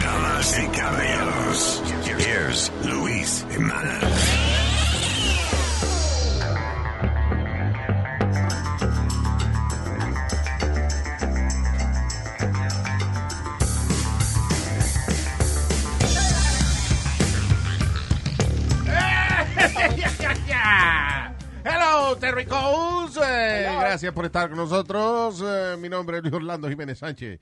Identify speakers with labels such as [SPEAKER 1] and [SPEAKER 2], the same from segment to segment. [SPEAKER 1] Damas y caballeros, here's Luis Jimenez.
[SPEAKER 2] Hello, Terry Coles. Eh,
[SPEAKER 3] Hello.
[SPEAKER 2] gracias por estar con nosotros. Eh, mi nombre es Luis Orlando Jiménez Sánchez.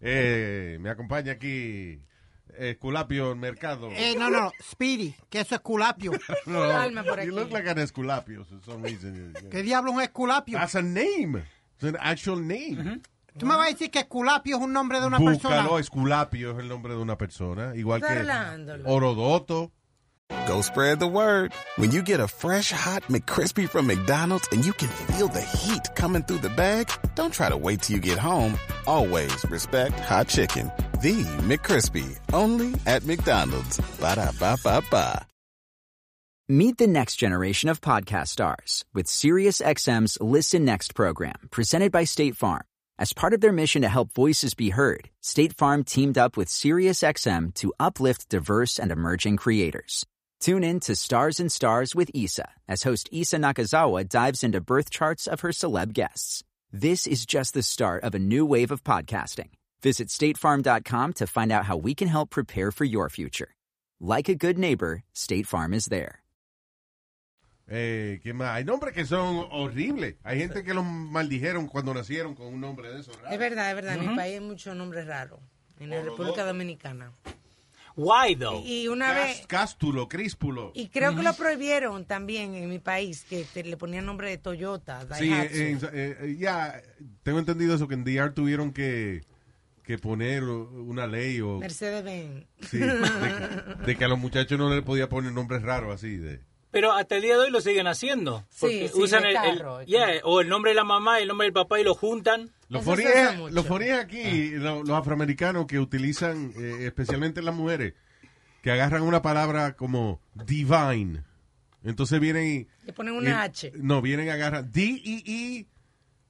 [SPEAKER 2] Eh, me acompaña aquí eh, Esculapio Mercado.
[SPEAKER 4] Eh, no, no, Speedy, que eso es culapio.
[SPEAKER 2] no, you look like an Esculapio for some reason.
[SPEAKER 4] ¿Qué diablo es un esculapio?
[SPEAKER 2] That's a name. It's an actual name.
[SPEAKER 4] Tú me vas a decir que esculapio es un nombre de una persona.
[SPEAKER 2] Búscalo, Esculapio es el nombre de una persona. Igual que
[SPEAKER 4] Orlando.
[SPEAKER 2] Orodoto.
[SPEAKER 5] Go spread the word. When you get a fresh hot McCrispy from McDonald's and you can feel the heat coming through the bag, don't try to wait till you get home. Always respect hot chicken. The McCrispy, only at McDonald's. Ba da ba ba ba.
[SPEAKER 6] Meet the next generation of podcast stars with SiriusXM's Listen Next program, presented by State Farm. As part of their mission to help voices be heard, State Farm teamed up with SiriusXM to uplift diverse and emerging creators. Tune in to Stars and Stars with Issa as host Issa Nakazawa dives into birth charts of her celeb guests. This is just the start of a new wave of podcasting. Visit statefarm.com to find out how we can help prepare for your future. Like a good neighbor, State Farm is there.
[SPEAKER 2] Eh, ¿Qué más? Hay nombres que son horribles. Hay gente que los maldijeron cuando nacieron con un nombre de esos.
[SPEAKER 7] Es verdad, es verdad. En
[SPEAKER 2] Ujú.
[SPEAKER 7] mi país hay muchos nombres raros. En la
[SPEAKER 2] Orodoto.
[SPEAKER 7] República Dominicana.
[SPEAKER 2] Why
[SPEAKER 7] though? Y una
[SPEAKER 2] Cas-
[SPEAKER 7] vez-
[SPEAKER 2] Cástulo, Críspulo.
[SPEAKER 7] Y creo que lo prohibieron también en mi país, que te- le ponían nombre de Toyota.
[SPEAKER 2] Sí,
[SPEAKER 7] Daihatsu.
[SPEAKER 2] en- eh, eh, ya tengo entendido eso que en DR tuvieron que, que poner una ley o
[SPEAKER 7] Mercedes-Benz.
[SPEAKER 2] sí, de, que- de que a los muchachos no les podía poner nombres raros así de
[SPEAKER 8] Pero hasta el día de hoy lo siguen haciendo. Porque
[SPEAKER 7] sí,
[SPEAKER 8] usan
[SPEAKER 7] de
[SPEAKER 8] el, el-
[SPEAKER 7] carro, es
[SPEAKER 8] yeah, o el nombre de la mamá y el nombre del papá y lo juntan.
[SPEAKER 2] los foríes, los foríes aquí,
[SPEAKER 7] Ah.
[SPEAKER 2] lo- los afroamericanos que utilizan, eh, especialmente las mujeres, que agarran una palabra como divine. Entonces vienen y...
[SPEAKER 7] Le ponen una
[SPEAKER 2] y-
[SPEAKER 7] H.
[SPEAKER 2] No, vienen y agarran D-E-E,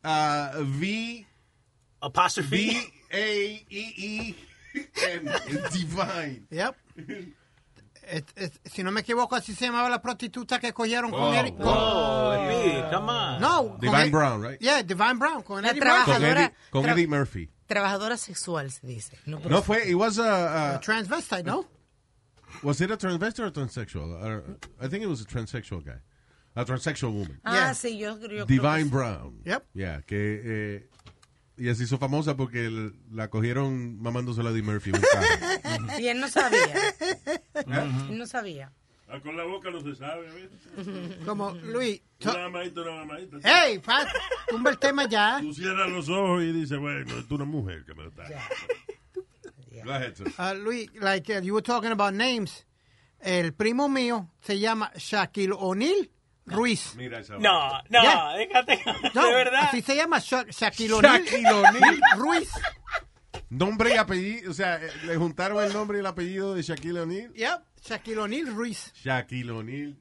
[SPEAKER 2] ah, V... E,
[SPEAKER 8] Apostrophe.
[SPEAKER 2] B-A-E-E, and divine.
[SPEAKER 4] Yep. Et- et- si no me equivoco, así se llamaba la prostituta que cogieron con
[SPEAKER 2] Wow.
[SPEAKER 4] Eric. con-
[SPEAKER 2] Wow,
[SPEAKER 8] Speedy, come on.
[SPEAKER 4] No, con
[SPEAKER 2] Oh, Divine
[SPEAKER 4] Eric-
[SPEAKER 2] Brown, right?
[SPEAKER 4] Yeah, Divine Brown, con
[SPEAKER 7] La
[SPEAKER 4] Eric
[SPEAKER 2] Con
[SPEAKER 7] trabajadora.
[SPEAKER 2] Eddie, con
[SPEAKER 7] tra-
[SPEAKER 2] Eddie Murphy.
[SPEAKER 7] Trabajadora sexual, se dice. No,
[SPEAKER 2] No fue, it was a, a-
[SPEAKER 4] Transvestite, ¿no?
[SPEAKER 2] was it a transvestite or transsexual? Uh, I think it was a transsexual guy. A transsexual woman.
[SPEAKER 7] Ah, sí, yo, yo creo que
[SPEAKER 2] Divine
[SPEAKER 7] sí.
[SPEAKER 2] Brown.
[SPEAKER 4] Yep.
[SPEAKER 2] Yeah, que eh, ella se hizo famosa porque el- la cogieron mamándosela a Eddie Murphy en un carro.
[SPEAKER 7] Y él no sabía. Él no sabía.
[SPEAKER 9] Ah, Con la boca no se sabe, ¿ves?
[SPEAKER 4] Como, Luis,
[SPEAKER 9] Una mamadita, una mamadita.
[SPEAKER 4] ¡Ey! pa- Tumba el tema ya.
[SPEAKER 9] Tú cierras los ojos y dices, bueno, es una mujer que me lo está.
[SPEAKER 2] Go ahead, sir.
[SPEAKER 4] Uh, Luis, like uh, you were talking about names. El primo mío se llama Shaquille O'Neal Ruiz.
[SPEAKER 2] Mira esa
[SPEAKER 8] No, no,
[SPEAKER 4] Yeah.
[SPEAKER 8] déjate.
[SPEAKER 4] No,
[SPEAKER 8] de verdad.
[SPEAKER 4] así se llama Sha- Shaquille O'Neal.
[SPEAKER 2] Shaquille O'Neal.
[SPEAKER 4] Ruiz.
[SPEAKER 2] Nombre y apellido, o sea, eh, le juntaron el nombre y el apellido de Shaquille O'Neal.
[SPEAKER 4] Yep, Shaquille O'Neal Ruiz.
[SPEAKER 2] Shaquille O'Neal.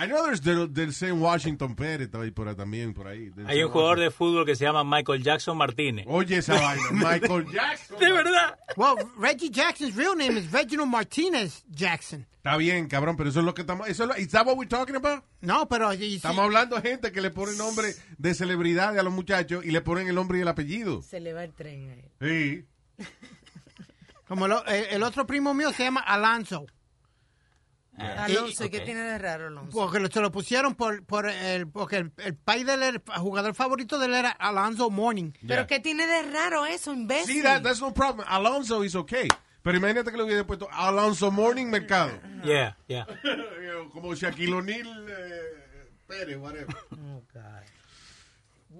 [SPEAKER 2] I know there's del, del Sam Washington Pérez estaba ahí por ahí también, por ahí. Del
[SPEAKER 8] Hay
[SPEAKER 2] Sam
[SPEAKER 8] un jugador de fútbol que se llama Michael Jackson Martínez.
[SPEAKER 2] Oye, esa vaina, Michael Jackson.
[SPEAKER 8] De verdad.
[SPEAKER 4] Well, Reggie Jackson's real name is Reginald Martinez Jackson.
[SPEAKER 2] Está bien, cabrón, pero eso es lo que estamos. Eso es lo, ¿Is that what we're talking about?
[SPEAKER 4] No, pero y- y-
[SPEAKER 2] Estamos hablando de gente que le pone nombre de celebridad a los muchachos y le ponen el nombre y el apellido.
[SPEAKER 7] Se le va el tren a él.
[SPEAKER 2] Sí.
[SPEAKER 4] como lo- el, el otro primo mío se llama Alonso,
[SPEAKER 7] Alonso, ¿y
[SPEAKER 4] Eh,
[SPEAKER 7] qué tiene de raro, Alonso?
[SPEAKER 2] Pues,
[SPEAKER 4] porque lo- se lo pusieron por, por el, porque el, el país del el jugador favorito de él era Alonso Morning.
[SPEAKER 7] ¿Pero qué tiene de raro eso,
[SPEAKER 8] Pues
[SPEAKER 7] imbécil?
[SPEAKER 2] Sí, that- that's no problem. Alonso is okay. Pero imagínate que le hubiera puesto Alonso Morning Mercado.
[SPEAKER 8] Yeah, yeah.
[SPEAKER 2] Como Shaquille O'Neal eh, Pérez, whatever.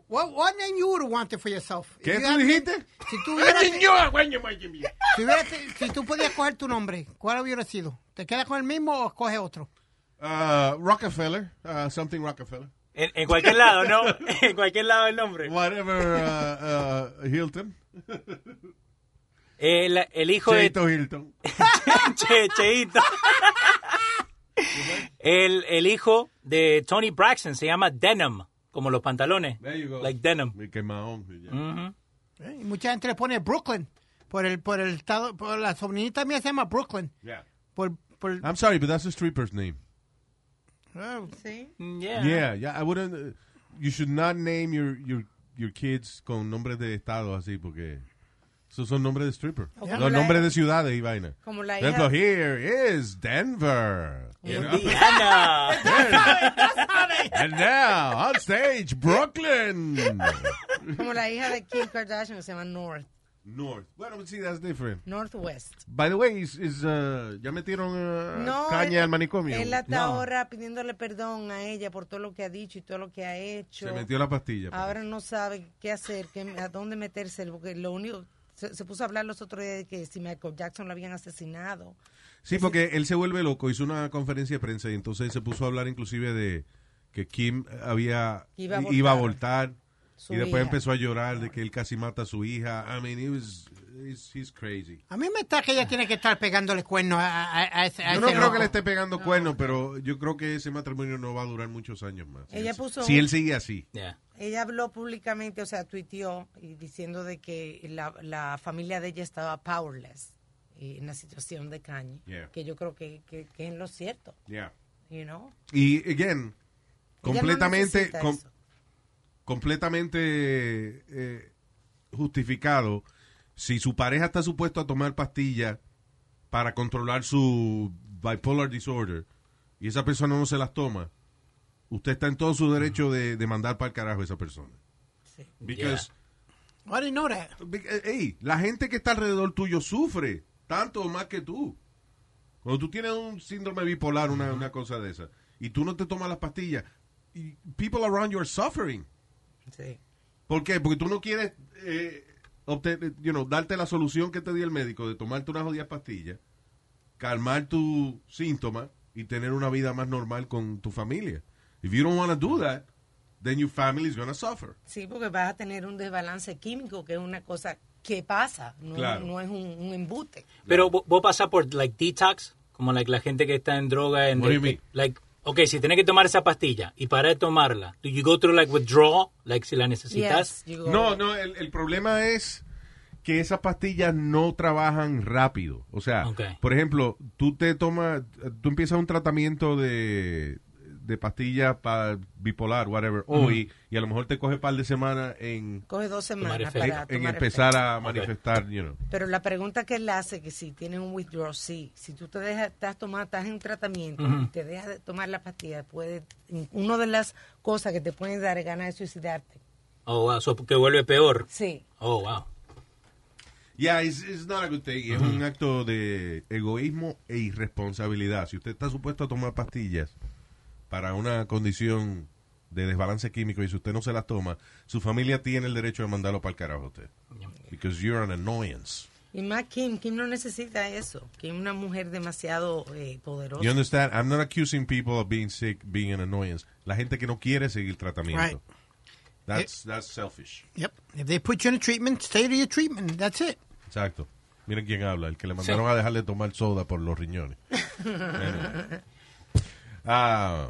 [SPEAKER 4] What, what name you would have wanted for yourself?
[SPEAKER 2] ¿Qué
[SPEAKER 4] If you
[SPEAKER 2] tú
[SPEAKER 4] had-
[SPEAKER 2] dijiste?
[SPEAKER 4] Si tú hubieras-
[SPEAKER 2] coño, coño, coño.
[SPEAKER 4] si, hubieras- si tú podías coger tu nombre, ¿cuál hubiera sido? ¿Te quedas con el mismo o coges otro?
[SPEAKER 2] Uh, Rockefeller, uh, something Rockefeller.
[SPEAKER 8] En, en cualquier lado, ¿no? en cualquier lado el nombre.
[SPEAKER 2] Whatever uh, uh, Hilton.
[SPEAKER 8] El, Eh, el hijo
[SPEAKER 2] Cheito Hilton.
[SPEAKER 8] de Che- Cheito. el, el hijo de Tony Braxton se llama Denim, como los pantalones.
[SPEAKER 2] There you go.
[SPEAKER 8] Like Denim.
[SPEAKER 2] Mickey Mahon. y ya.
[SPEAKER 4] Eh, y Mucha gente le pone Brooklyn. Por el, por el estado, por la sobrinita mía se llama Brooklyn.
[SPEAKER 2] Yeah.
[SPEAKER 4] Por, por,
[SPEAKER 2] I'm sorry, but that's a stripper's name.
[SPEAKER 4] eh,
[SPEAKER 7] Sí.
[SPEAKER 8] Mm, Yeah.
[SPEAKER 2] Yeah, yeah. I wouldn't. uh, you should not name your your your kids con nombres de estado así porque esos son nombres de stripper.
[SPEAKER 7] O
[SPEAKER 2] Los
[SPEAKER 7] como la-
[SPEAKER 2] nombres de ciudades y vaina.
[SPEAKER 7] como la
[SPEAKER 2] Por ejemplo,
[SPEAKER 7] hija-
[SPEAKER 2] here is Denver. You know?
[SPEAKER 8] Indiana.
[SPEAKER 2] And now on stage, Brooklyn.
[SPEAKER 7] Como la hija de Kim Kardashian que se llama North.
[SPEAKER 2] North. Bueno, sí, that's different.
[SPEAKER 7] Northwest.
[SPEAKER 2] By the way, is, is, uh, ya metieron uh, caña
[SPEAKER 7] él-
[SPEAKER 2] al manicomio.
[SPEAKER 7] Él hasta
[SPEAKER 8] No.
[SPEAKER 7] ahora pidiéndole perdón a ella por todo lo que ha dicho y todo lo que ha hecho.
[SPEAKER 2] Se metió la pastilla. pues.
[SPEAKER 7] Ahora no sabe qué hacer, qué, a dónde meterse, porque lo único... Se, se puso a hablar los otros días de que si Michael Jackson lo habían asesinado.
[SPEAKER 2] Sí, porque él se vuelve loco, hizo una conferencia de prensa y entonces se puso a hablar inclusive de que Kim había
[SPEAKER 7] Que iba a
[SPEAKER 2] iba a
[SPEAKER 7] abortar
[SPEAKER 2] voltar
[SPEAKER 7] su
[SPEAKER 2] y después
[SPEAKER 7] hija.
[SPEAKER 2] empezó a llorar de que él casi mata a su hija. I mean, he was, he's, he's crazy.
[SPEAKER 4] a mí me está que ella tiene que estar pegándole cuernos a, a- a ese a
[SPEAKER 2] Yo no
[SPEAKER 4] ese
[SPEAKER 2] creo
[SPEAKER 4] loco.
[SPEAKER 2] que le esté pegando cuernos, pero yo creo que ese matrimonio no va a durar muchos años más.
[SPEAKER 7] Ella
[SPEAKER 2] Si-
[SPEAKER 7] puso
[SPEAKER 2] si
[SPEAKER 7] un-
[SPEAKER 2] él sigue así.
[SPEAKER 8] Yeah.
[SPEAKER 7] Ella habló públicamente, o sea, tuiteó y diciendo de que la, la familia de ella estaba powerless eh, en la situación de Kanye.
[SPEAKER 2] Yeah.
[SPEAKER 7] Que yo creo que, que, que es lo cierto,
[SPEAKER 2] Yeah.
[SPEAKER 7] you know.
[SPEAKER 2] Y, again,
[SPEAKER 7] Ella no
[SPEAKER 2] completamente,
[SPEAKER 7] necesita
[SPEAKER 2] com-
[SPEAKER 7] eso.
[SPEAKER 2] completamente eh, justificado si su pareja está supuesto a tomar pastillas para controlar su bipolar disorder y esa persona no se las toma, usted está en todo su derecho de, de mandar para el carajo a esa persona.
[SPEAKER 7] Sí.
[SPEAKER 2] Because,
[SPEAKER 4] I didn't know that.
[SPEAKER 2] bec- eh, hey, la gente que está alrededor tuyo sufre tanto o más que tú. Cuando tú tienes un síndrome bipolar, una, una cosa de esa, y tú no te tomas las pastillas, y people around you are suffering.
[SPEAKER 7] Sí.
[SPEAKER 2] ¿Por qué? Porque tú no quieres eh, obte- you know, darte la solución que te dio el médico de tomarte unas jodidas pastillas, calmar tus síntomas y tener una vida más normal con tu familia. If you don't want to do that, then your family is going to suffer.
[SPEAKER 7] Sí, porque vas a tener un desbalance químico, que es una cosa que pasa, no,
[SPEAKER 2] Claro.
[SPEAKER 7] no es un, un embute.
[SPEAKER 8] Pero vo- vos pasás por like detox, como like, la gente que está en droga. En
[SPEAKER 2] What do you mean?
[SPEAKER 8] Like, ok, si tenés que tomar esa pastilla y para de tomarla, do you go through like withdrawal, like si la necesitas?
[SPEAKER 7] Yes, you go
[SPEAKER 2] No,
[SPEAKER 7] there.
[SPEAKER 2] no, el, el problema es que esas pastillas no trabajan rápido. O sea,
[SPEAKER 8] Ok.
[SPEAKER 2] por ejemplo, tú te tomas, tú empiezas un tratamiento de, de pastilla para bipolar, whatever, hoy, y a lo mejor te coge un par de semanas en
[SPEAKER 7] Coge dos semanas Ah,
[SPEAKER 8] efecto.
[SPEAKER 7] para
[SPEAKER 2] en, en
[SPEAKER 7] tomar
[SPEAKER 2] empezar
[SPEAKER 7] efecto.
[SPEAKER 2] a manifestar, you know.
[SPEAKER 7] Pero la pregunta que él hace, que si tiene un withdrawal, sí. Si tú te dejas, estás, tomando, estás en tratamiento, y te dejas de tomar la pastilla, puede, una de las cosas que te pueden dar es ganas de suicidarte.
[SPEAKER 8] Oh, wow, so que vuelve peor.
[SPEAKER 7] Sí.
[SPEAKER 8] Oh, wow.
[SPEAKER 2] Yeah, it's, it's not a good thing. Es un acto de egoísmo e irresponsabilidad. Si usted está supuesto a tomar pastillas para una condición de desbalance químico y si usted no se las toma, su familia tiene el derecho de mandarlo para el carajo a usted. Because you're an annoyance.
[SPEAKER 7] Y más Kim, Kim no necesita eso. Kim es una mujer demasiado eh, poderosa.
[SPEAKER 2] You understand? I'm not accusing people of being sick, being an annoyance. La gente que no quiere seguir tratamiento. That's, that's selfish.
[SPEAKER 4] Yep. If they put you in a treatment, stay to your treatment. That's it.
[SPEAKER 2] Exacto. Miren quién habla, el que le mandaron a dejar de tomar soda por los riñones. Anyway. Ah,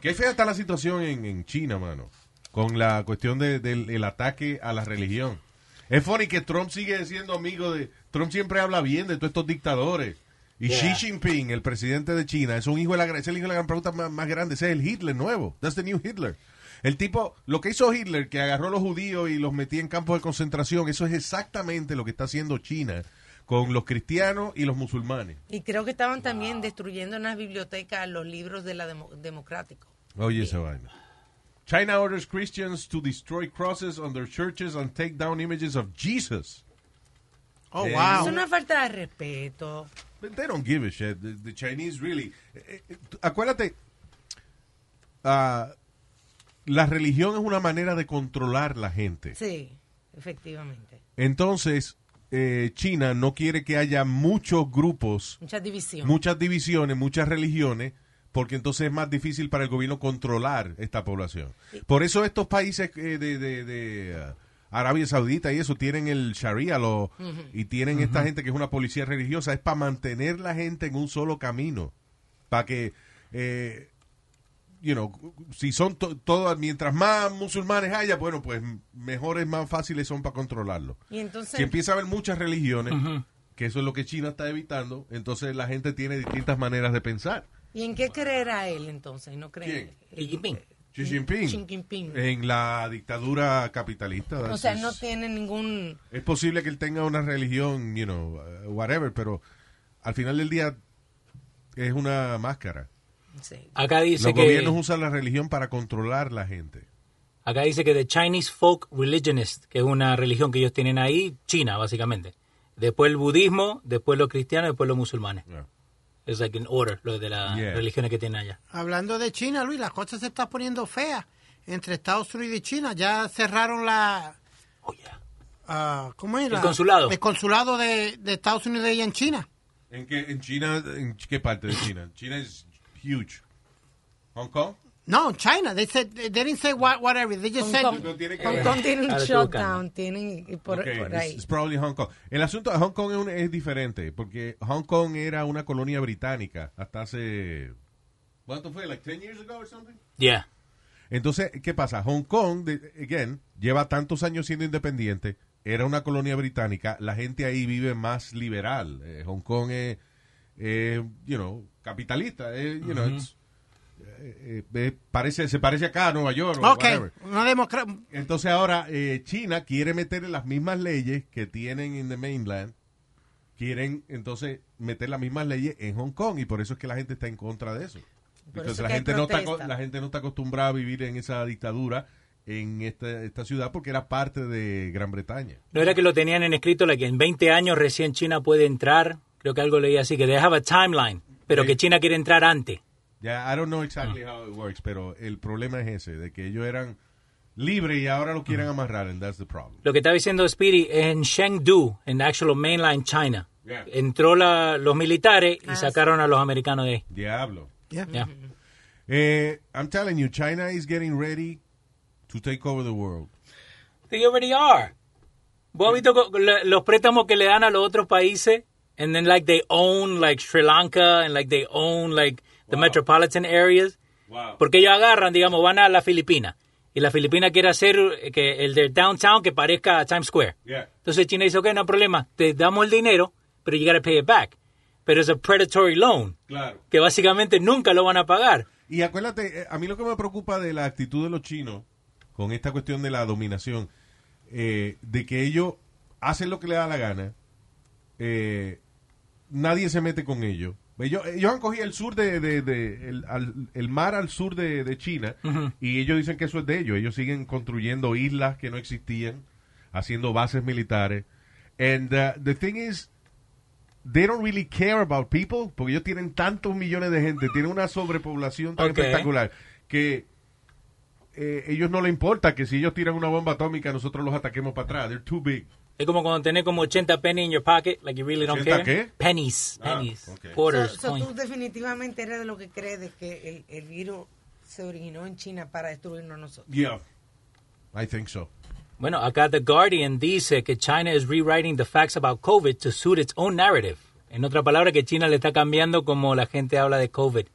[SPEAKER 2] qué fea está la situación en, en China, mano, con la cuestión de- del el ataque a la religión. Es funny que Trump sigue siendo amigo de... Trump siempre habla bien de todos estos dictadores. Y
[SPEAKER 8] Yeah.
[SPEAKER 2] Xi Jinping, el presidente de China, es un hijo de la, gran- es el hijo de la gran pregunta más, más grande. Ese es el Hitler nuevo. That's the new Hitler. El tipo, lo que hizo Hitler, que agarró a los judíos y los metía en campos de concentración, eso es exactamente lo que está haciendo China con los cristianos y los musulmanes.
[SPEAKER 7] Y creo que estaban también destruyendo en las bibliotecas los libros de la demo- democrático.
[SPEAKER 2] Oye, esa vaina. China orders Christians to destroy crosses on their churches and take down images of Jesus.
[SPEAKER 4] Oh,
[SPEAKER 2] Eh,
[SPEAKER 4] wow.
[SPEAKER 7] Es una falta de respeto.
[SPEAKER 2] But they don't give a shit. The, the Chinese really. eh, eh, tú- acuérdate, ah, la religión es una manera de controlar la gente.
[SPEAKER 7] Sí, efectivamente.
[SPEAKER 2] Entonces, eh, China no quiere que haya muchos grupos,
[SPEAKER 7] Mucha división.
[SPEAKER 2] muchas divisiones, muchas religiones, porque entonces es más difícil para el gobierno controlar esta población. Por eso estos países eh, de, de- de, eh, Arabia Saudita y eso tienen el Sharia lo, y tienen esta gente que es una policía religiosa, es para mantener la gente en un solo camino, para que... eh, you know, si son to- todas, mientras más musulmanes haya, bueno, pues mejores, más fáciles son para controlarlo.
[SPEAKER 7] Y entonces-
[SPEAKER 2] si empieza a haber muchas religiones, que eso es lo que China está evitando, entonces la gente tiene distintas maneras de pensar.
[SPEAKER 7] ¿Y en qué creerá él entonces? ¿No cree?
[SPEAKER 2] ¿Quién?
[SPEAKER 8] Xi Jinping.
[SPEAKER 2] Xi Jinping,
[SPEAKER 7] Pues, eh, Xi Jinping.
[SPEAKER 2] en la dictadura capitalista.
[SPEAKER 7] O
[SPEAKER 2] that's
[SPEAKER 7] sea,
[SPEAKER 2] his-
[SPEAKER 7] no tiene ningún...
[SPEAKER 2] Es posible que él tenga una religión, you know, uh, whatever, pero al final del día es una máscara.
[SPEAKER 7] sí.
[SPEAKER 8] Acá dice
[SPEAKER 2] Los
[SPEAKER 8] que
[SPEAKER 2] gobiernos usan la religión para controlar la gente.
[SPEAKER 8] acá dice que the Chinese folk religionist, que es una religión que ellos tienen ahí, China básicamente. Después el budismo, después los cristianos, después los musulmanes.
[SPEAKER 2] Yeah.
[SPEAKER 8] Es like an order, lo de las
[SPEAKER 2] Yeah.
[SPEAKER 8] religiones que tienen allá.
[SPEAKER 4] Hablando de China, Luis, las cosas se están poniendo feas entre Estados Unidos y China. Ya cerraron la...
[SPEAKER 8] Oh, yeah.
[SPEAKER 4] ah, ¿Cómo era?
[SPEAKER 8] El consulado.
[SPEAKER 4] El consulado de, de Estados Unidos y en China.
[SPEAKER 2] ¿En qué, en China, en qué parte de China? China es huge. ¿Hong Kong?
[SPEAKER 4] No, China. They, said, they didn't say what, whatever. They just
[SPEAKER 7] Hong
[SPEAKER 4] said...
[SPEAKER 7] Kong,
[SPEAKER 2] No tiene que
[SPEAKER 7] Hong
[SPEAKER 2] ver.
[SPEAKER 7] Kong tiene un
[SPEAKER 8] Ahora estoy
[SPEAKER 7] shutdown,
[SPEAKER 8] buscando.
[SPEAKER 7] tienen y por,
[SPEAKER 2] Okay,
[SPEAKER 7] por
[SPEAKER 2] it's-
[SPEAKER 7] ahí.
[SPEAKER 2] it's probably Hong Kong. El asunto de Hong Kong es, un- es diferente, porque Hong Kong era una colonia británica hasta hace... ¿Cuánto fue? ¿Like 10 years ago or something?
[SPEAKER 8] Yeah.
[SPEAKER 2] Entonces, ¿qué pasa? Hong Kong, de- again, lleva tantos años siendo independiente, era una colonia británica, la gente ahí vive más liberal. Eh, Hong Kong es, eh, you know, capitalista, eh, you know, it's- eh, eh, eh, parece, se parece acá a Nueva York. o
[SPEAKER 4] Ok,
[SPEAKER 2] whatever.
[SPEAKER 4] una democracia...
[SPEAKER 2] Entonces ahora eh, China quiere meter las mismas leyes que tienen en the mainland, quieren entonces meter las mismas leyes en Hong Kong y por eso es que la gente está en contra de eso.
[SPEAKER 7] Por
[SPEAKER 2] Entonces
[SPEAKER 7] eso
[SPEAKER 2] la
[SPEAKER 7] que hay
[SPEAKER 2] gente, no está,
[SPEAKER 7] protesta.
[SPEAKER 2] aco- la gente no está acostumbrada a vivir en esa dictadura en esta, esta ciudad porque era parte de Gran Bretaña.
[SPEAKER 8] No era que lo tenían en escrito, la que en 20 años recién China puede entrar. Creo que algo leí así, que they have a timeline, pero
[SPEAKER 2] Sí.
[SPEAKER 8] que China quiere entrar antes.
[SPEAKER 2] Ya, I don't know exactly
[SPEAKER 7] Ah.
[SPEAKER 2] how it works, pero el problema es ese, de que ellos eran libres y ahora lo
[SPEAKER 7] Ah.
[SPEAKER 2] quieren amarrar, and that's the problem.
[SPEAKER 8] Lo que estaba diciendo Speedy en Chengdu, en actual mainland China.
[SPEAKER 2] Yeah.
[SPEAKER 8] Entró la- los militares y sacaron a los americanos de ahí.
[SPEAKER 2] Diablo.
[SPEAKER 4] Yeah.
[SPEAKER 8] Yeah.
[SPEAKER 2] Eh, I'm telling you, China is getting ready to take over the world.
[SPEAKER 8] They already are. ¿Vos has visto co- la- los préstamos que le dan a los otros países? And then like they own like Sri Lanka and like they own like the metropolitan areas. Porque ellos agarran, digamos, van a la Filipina. Y la Filipina quiere hacer eh, que el del downtown que parezca a Times Square.
[SPEAKER 2] Yeah.
[SPEAKER 8] Entonces China dice, ok, no hay problema, te damos el dinero, pero you gotta pay it back. Pero es a predatory loan,
[SPEAKER 2] Claro.
[SPEAKER 8] que básicamente nunca lo van a pagar.
[SPEAKER 2] Y acuérdate, eh, a mí lo que me preocupa de la actitud de los chinos con esta cuestión de la dominación, eh, de que ellos hacen lo que les da la gana, eh, nadie se mete con ellos. Ellos, ellos han cogido el sur de, de- de- el, al- el mar al sur de, de China y ellos dicen que eso es de ellos. Ellos siguen construyendo islas que no existían, haciendo bases militares. And uh, the thing is, they don't really care about people porque ellos tienen tantos millones de gente, tienen una sobrepoblación tan
[SPEAKER 8] Ok.
[SPEAKER 2] espectacular que eh, ellos no les importa que si ellos tiran una bomba atómica nosotros los ataquemos para atrás. They're too big.
[SPEAKER 8] Es como cuando tenés como 80 pennies in your pocket, like you really don't care.
[SPEAKER 2] ¿80 qué?
[SPEAKER 8] Pennies,
[SPEAKER 2] Ah,
[SPEAKER 8] pennies,
[SPEAKER 2] ok.
[SPEAKER 8] quarters,
[SPEAKER 7] So- so
[SPEAKER 8] coins.
[SPEAKER 7] tú definitivamente eres de lo que crees de que el, el virus se originó en China para destruirnos a nosotros.
[SPEAKER 2] Yeah. I think so.
[SPEAKER 8] Bueno, acá The Guardian dice que China is rewriting the facts about COVID to suit its own narrative. En otra palabra, que China le está cambiando como la gente habla de COVID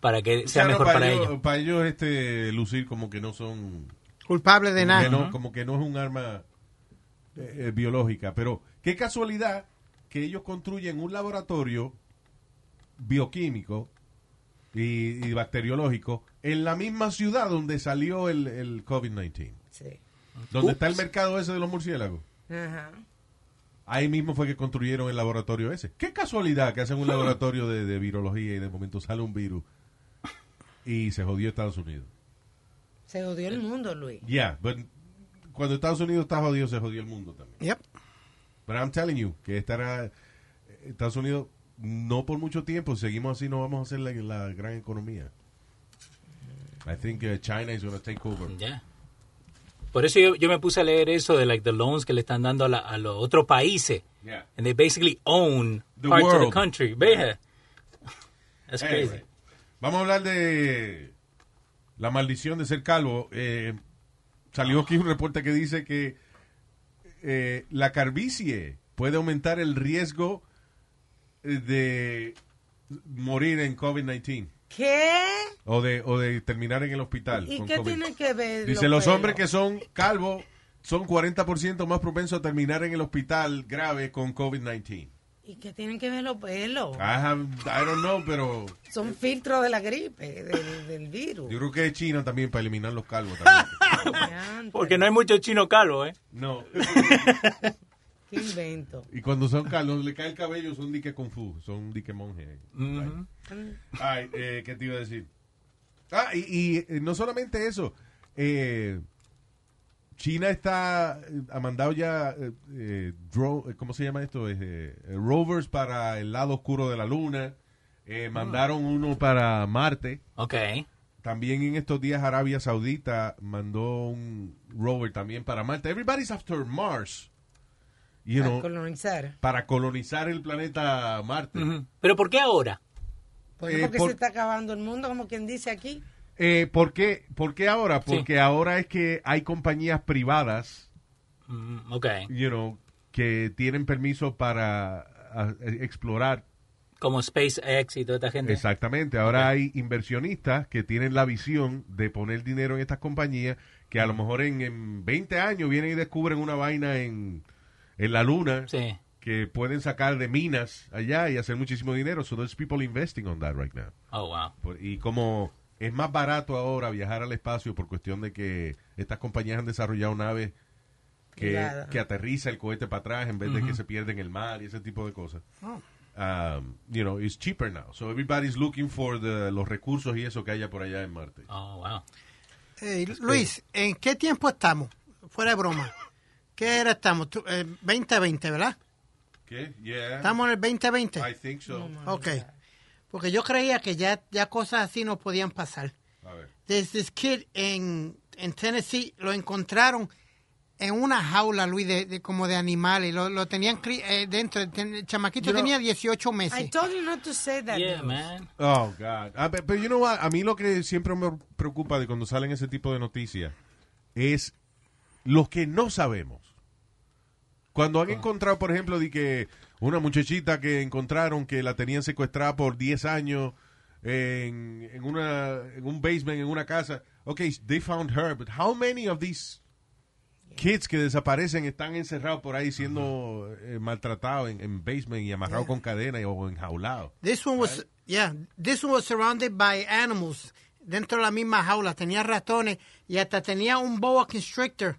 [SPEAKER 8] para que sea
[SPEAKER 2] Claro,
[SPEAKER 8] mejor para
[SPEAKER 2] ellos,
[SPEAKER 8] ellos.
[SPEAKER 2] Para ellos este lucir como que no son
[SPEAKER 4] Culpable de
[SPEAKER 8] Ah,
[SPEAKER 4] nada.
[SPEAKER 2] que no- como que no es un arma eh, eh, biológica, pero qué casualidad que ellos construyen un laboratorio bioquímico y, y bacteriológico en la misma ciudad donde salió el, el COVID-19,
[SPEAKER 7] Sí.
[SPEAKER 2] donde está el mercado ese de los murciélagos.
[SPEAKER 7] Ajá.
[SPEAKER 2] Ahí mismo fue que construyeron el laboratorio ese. Qué casualidad que hacen un laboratorio de, de virología y de momento sale un virus y se jodió Estados Unidos.
[SPEAKER 7] Se odió
[SPEAKER 2] Eh.
[SPEAKER 7] el mundo, Luis.
[SPEAKER 2] Yeah, but cuando Estados Unidos está jodido, se jodió el mundo también.
[SPEAKER 4] Yep.
[SPEAKER 2] Pero I'm telling you, que estará eh, Estados Unidos no por mucho tiempo, seguimos así, no vamos a hacer la, la gran economía. I think uh, China is going to take over.
[SPEAKER 8] Yeah. Por eso yo, yo me puse a leer eso de like the loans que le están dando a, la- a los otros países.
[SPEAKER 2] Yeah.
[SPEAKER 8] And they basically own
[SPEAKER 2] The
[SPEAKER 8] parts of
[SPEAKER 2] world.
[SPEAKER 8] the country. Veja. That's crazy.
[SPEAKER 2] Anyway. Vamos a hablar de la maldición de ser calvo. Eh, salió aquí un reporte que dice que eh, la carvicie puede aumentar el riesgo eh, de morir en COVID-19
[SPEAKER 7] ¿Qué?
[SPEAKER 2] o de, o de terminar en el hospital.
[SPEAKER 7] ¿Y
[SPEAKER 2] con
[SPEAKER 7] qué
[SPEAKER 2] COVID.
[SPEAKER 7] tiene que ver?
[SPEAKER 2] Dice, los
[SPEAKER 7] pelos?
[SPEAKER 2] hombres que son calvos son 40% más propensos a terminar en el hospital grave con COVID-19.
[SPEAKER 7] ¿Y qué tienen que ver los pelos?
[SPEAKER 2] I, have- I don't know, pero
[SPEAKER 7] Son filtros de la gripe, del, del virus.
[SPEAKER 2] yo creo que es China también para eliminar los calvos. También.
[SPEAKER 7] Diantre,
[SPEAKER 8] Porque no hay mucho chino calvo, ¿eh?
[SPEAKER 2] No.
[SPEAKER 7] ¿Qué invento?
[SPEAKER 2] Y cuando son calvos, le cae el cabello, son dique kung fu, son dique monje.
[SPEAKER 8] Ujú.
[SPEAKER 2] Ay, eh, ¿qué te iba a decir? Ah, y, y, eh, no solamente eso. eh, China está, eh, ha mandado ya, eh, eh, dro- eh, ¿cómo se llama esto? Es, eh, eh, rovers para el lado oscuro de la luna. eh, Mandaron uno para Marte.
[SPEAKER 8] Ok.
[SPEAKER 2] También en estos días Arabia Saudita mandó un rover también para Marte. Everybody's after Mars. You
[SPEAKER 7] Para
[SPEAKER 2] know,
[SPEAKER 7] colonizar.
[SPEAKER 2] para colonizar el planeta Marte.
[SPEAKER 8] Ujú. ¿Pero por qué ahora?
[SPEAKER 7] Porque,
[SPEAKER 2] Eh,
[SPEAKER 7] porque
[SPEAKER 2] por-
[SPEAKER 7] se está acabando el mundo, como quien dice aquí.
[SPEAKER 2] Eh, ¿por, qué, por qué ahora? Porque ahora es que hay compañías privadas,
[SPEAKER 8] Mm, Ok.
[SPEAKER 2] you know, que tienen permiso para a- eh, explorar.
[SPEAKER 8] Como SpaceX y toda esta gente.
[SPEAKER 2] Exactamente. Ahora hay inversionistas que tienen la visión de poner dinero en estas compañías que a lo mejor en, en 20 años vienen y descubren una vaina en, en la luna
[SPEAKER 8] Sí.
[SPEAKER 2] que pueden sacar de minas allá y hacer muchísimo dinero. So there's people investing on that right now.
[SPEAKER 8] Oh, wow.
[SPEAKER 2] Por- Y como es más barato ahora viajar al espacio por cuestión de que estas compañías han desarrollado naves que,
[SPEAKER 7] Claro.
[SPEAKER 2] que aterriza el cohete para atrás en vez de que se pierde en el mar y ese tipo de cosas.
[SPEAKER 4] Oh.
[SPEAKER 2] Um, you know, it's cheaper now. So everybody's looking for the- los recursos y eso que haya por allá en Marte.
[SPEAKER 8] Oh, wow.
[SPEAKER 4] Eh, Luis, ¿en qué tiempo estamos? Fuera de broma. ¿Qué era estamos? Tú, eh, 2020, ¿verdad?
[SPEAKER 2] ¿Qué? Yeah.
[SPEAKER 4] Estamos en el 2020.
[SPEAKER 2] I think so.
[SPEAKER 4] Ok. Porque yo creía que ya, ya cosas así no podían pasar.
[SPEAKER 2] A ver.
[SPEAKER 4] There's this kid en, en Tennessee, lo encontraron en una jaula, Luis, de, de- como de animales. Lo, lo tenían cri- eh, dentro. Ten- el chamaquito tenía 18
[SPEAKER 7] I
[SPEAKER 4] meses.
[SPEAKER 7] told you not to say that.
[SPEAKER 8] Yeah,
[SPEAKER 7] Dios.
[SPEAKER 8] man.
[SPEAKER 2] Oh, God. Ah, pe- pero, you know what? A mí lo que siempre me preocupa de cuando salen ese tipo de noticias es lo que no sabemos. Cuando han encontrado, por ejemplo, de que una muchachita que encontraron que la tenían secuestrada por 10 años en, en una, en un basement, en una casa. Ok, they found her, but how many of these kids que desaparecen están encerrados por ahí siendo eh, maltratados en, en basement y amarrados con cadena y- o enjaulados?
[SPEAKER 4] This one was, yeah, this one was surrounded by animals. Dentro de la misma jaula. Tenía ratones y hasta tenía un boa constrictor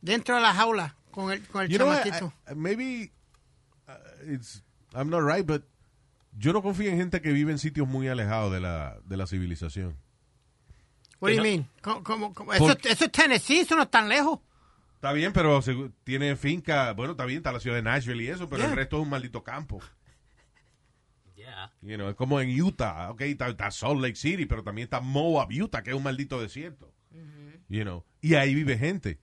[SPEAKER 4] dentro de la jaula con el, con el
[SPEAKER 2] You know what?
[SPEAKER 4] chamaquito.
[SPEAKER 2] I- I- maybe uh, it's I'm not right, but yo no confío en gente que vive en sitios muy alejados de la, de la civilización.
[SPEAKER 4] What do you
[SPEAKER 8] no-
[SPEAKER 4] mean? ¿Cómo- cómo- cómo?
[SPEAKER 2] Por-
[SPEAKER 4] Eso, eso es Tennessee, eso no es tan lejos.
[SPEAKER 2] Está bien, pero se- tiene finca, bueno, está bien, está la ciudad de Nashville y eso, pero el
[SPEAKER 4] Yeah.
[SPEAKER 2] resto es un maldito campo.
[SPEAKER 8] Yeah.
[SPEAKER 2] You know, es como en Utah, ok, está, está Salt Lake City, pero también está Moab, Utah, que es un maldito desierto. You know, y ahí vive gente.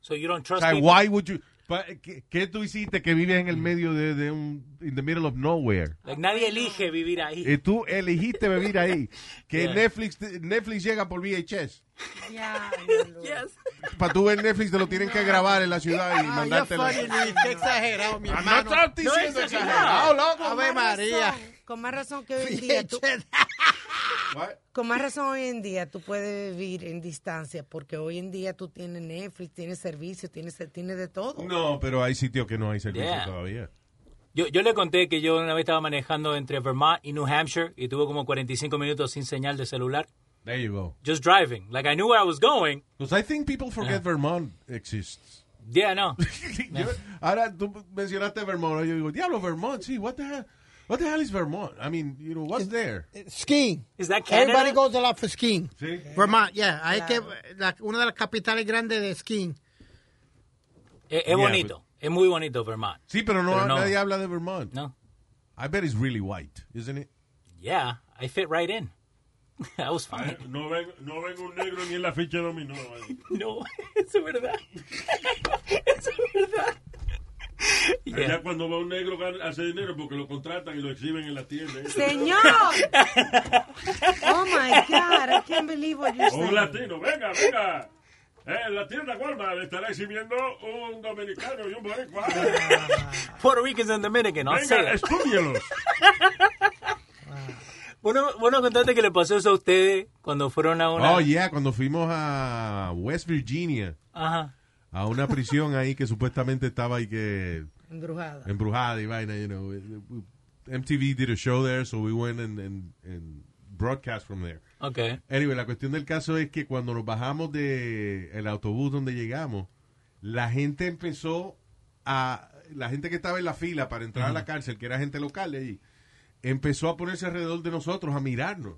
[SPEAKER 8] So you don't
[SPEAKER 2] O
[SPEAKER 8] trust
[SPEAKER 2] sea,
[SPEAKER 8] people?
[SPEAKER 2] why would you, pa- ¿qué, qué tú hiciste que vives en el medio de, de un, in the middle of nowhere?
[SPEAKER 8] Like, nadie elige vivir ahí.
[SPEAKER 2] Y tú elegiste vivir ahí. Que Netflix, Netflix llega por VHS.
[SPEAKER 7] Diablo.
[SPEAKER 2] Para tú ver Netflix te lo tienen que grabar en la ciudad y
[SPEAKER 4] Ah, yo
[SPEAKER 2] mandártelo.
[SPEAKER 4] funny, Luis, qué exagerado, mi
[SPEAKER 2] Ah,
[SPEAKER 4] hermano.
[SPEAKER 2] No estás diciendo
[SPEAKER 8] No,
[SPEAKER 2] exagerado,
[SPEAKER 8] exagerado.
[SPEAKER 4] A
[SPEAKER 2] loco.
[SPEAKER 4] ver, María.
[SPEAKER 7] Razón, con más razón que hoy en día. tú-
[SPEAKER 2] What?
[SPEAKER 7] con más razón hoy en día tú puedes vivir en distancia porque hoy en día tú tienes Netflix, tienes servicio, tienes, tienes de todo.
[SPEAKER 2] No, pero hay sitios que no hay servicio
[SPEAKER 8] Yeah.
[SPEAKER 2] todavía.
[SPEAKER 8] Yo, yo le conté que yo una vez estaba manejando entre Vermont y New Hampshire y tuve como 45 minutos sin señal de celular.
[SPEAKER 2] There you go.
[SPEAKER 8] Just driving. Like, I knew where I was going.
[SPEAKER 2] Because I think people
[SPEAKER 8] Ah.
[SPEAKER 2] forget Vermont exists.
[SPEAKER 8] Yeah, no.
[SPEAKER 2] Yo- ahora tú mencionaste Vermont. Yo digo, diablo, Vermont. Sí, what the hell? What the hell is Vermont? I mean, you know,
[SPEAKER 8] Eh,
[SPEAKER 2] what's there?
[SPEAKER 4] Skiing.
[SPEAKER 8] Is that
[SPEAKER 4] Everybody
[SPEAKER 8] Canada?
[SPEAKER 4] goes a lot for skiing.
[SPEAKER 2] Sí.
[SPEAKER 4] Vermont, yeah. Hay que, la- una de las capitales grandes de skiing.
[SPEAKER 8] Eh, Es, es
[SPEAKER 2] Yeah,
[SPEAKER 8] bonito. Es muy bonito Vermont.
[SPEAKER 2] Sí, pero no,
[SPEAKER 8] Pero no.
[SPEAKER 2] nadie habla de Vermont.
[SPEAKER 8] No.
[SPEAKER 2] I bet it's really white, isn't it?
[SPEAKER 8] Yeah, I fit right in. I was fine.
[SPEAKER 9] No ven, no ven un negro ni en la ficha dominó. vale.
[SPEAKER 8] No, es verdad. Es verdad.
[SPEAKER 9] Allá
[SPEAKER 8] Yeah.
[SPEAKER 9] cuando va un negro gana- hace dinero porque lo contratan y lo exhiben en la tienda. ¿eh?
[SPEAKER 7] Señor. Oh my God, I can't believe what you're
[SPEAKER 9] O un
[SPEAKER 7] saying.
[SPEAKER 9] latino, venga, venga. Eh, en la tienda Walmart estará exhibiendo un dominicano y un boricua.
[SPEAKER 8] Puerto Ricans and Dominican, I'll say
[SPEAKER 9] Venga,
[SPEAKER 8] it.
[SPEAKER 9] estúdialos.
[SPEAKER 8] Bueno, bueno, contate que le pasó eso a ustedes cuando fueron a una...
[SPEAKER 2] Oh, yeah, cuando fuimos a West Virginia,
[SPEAKER 8] Ajá.
[SPEAKER 2] a una prisión ahí que supuestamente estaba y que
[SPEAKER 7] Embrujada.
[SPEAKER 2] embrujada y vaina, you know. MTV did a show there, so we went and, and, and broadcast from there.
[SPEAKER 8] Ok.
[SPEAKER 2] Anyway, la cuestión del caso es que cuando nos bajamos del el autobús donde llegamos, la gente empezó a. La gente que estaba en la fila para entrar a la cárcel, que era gente local de ahí, empezó a ponerse alrededor de nosotros, a mirarnos.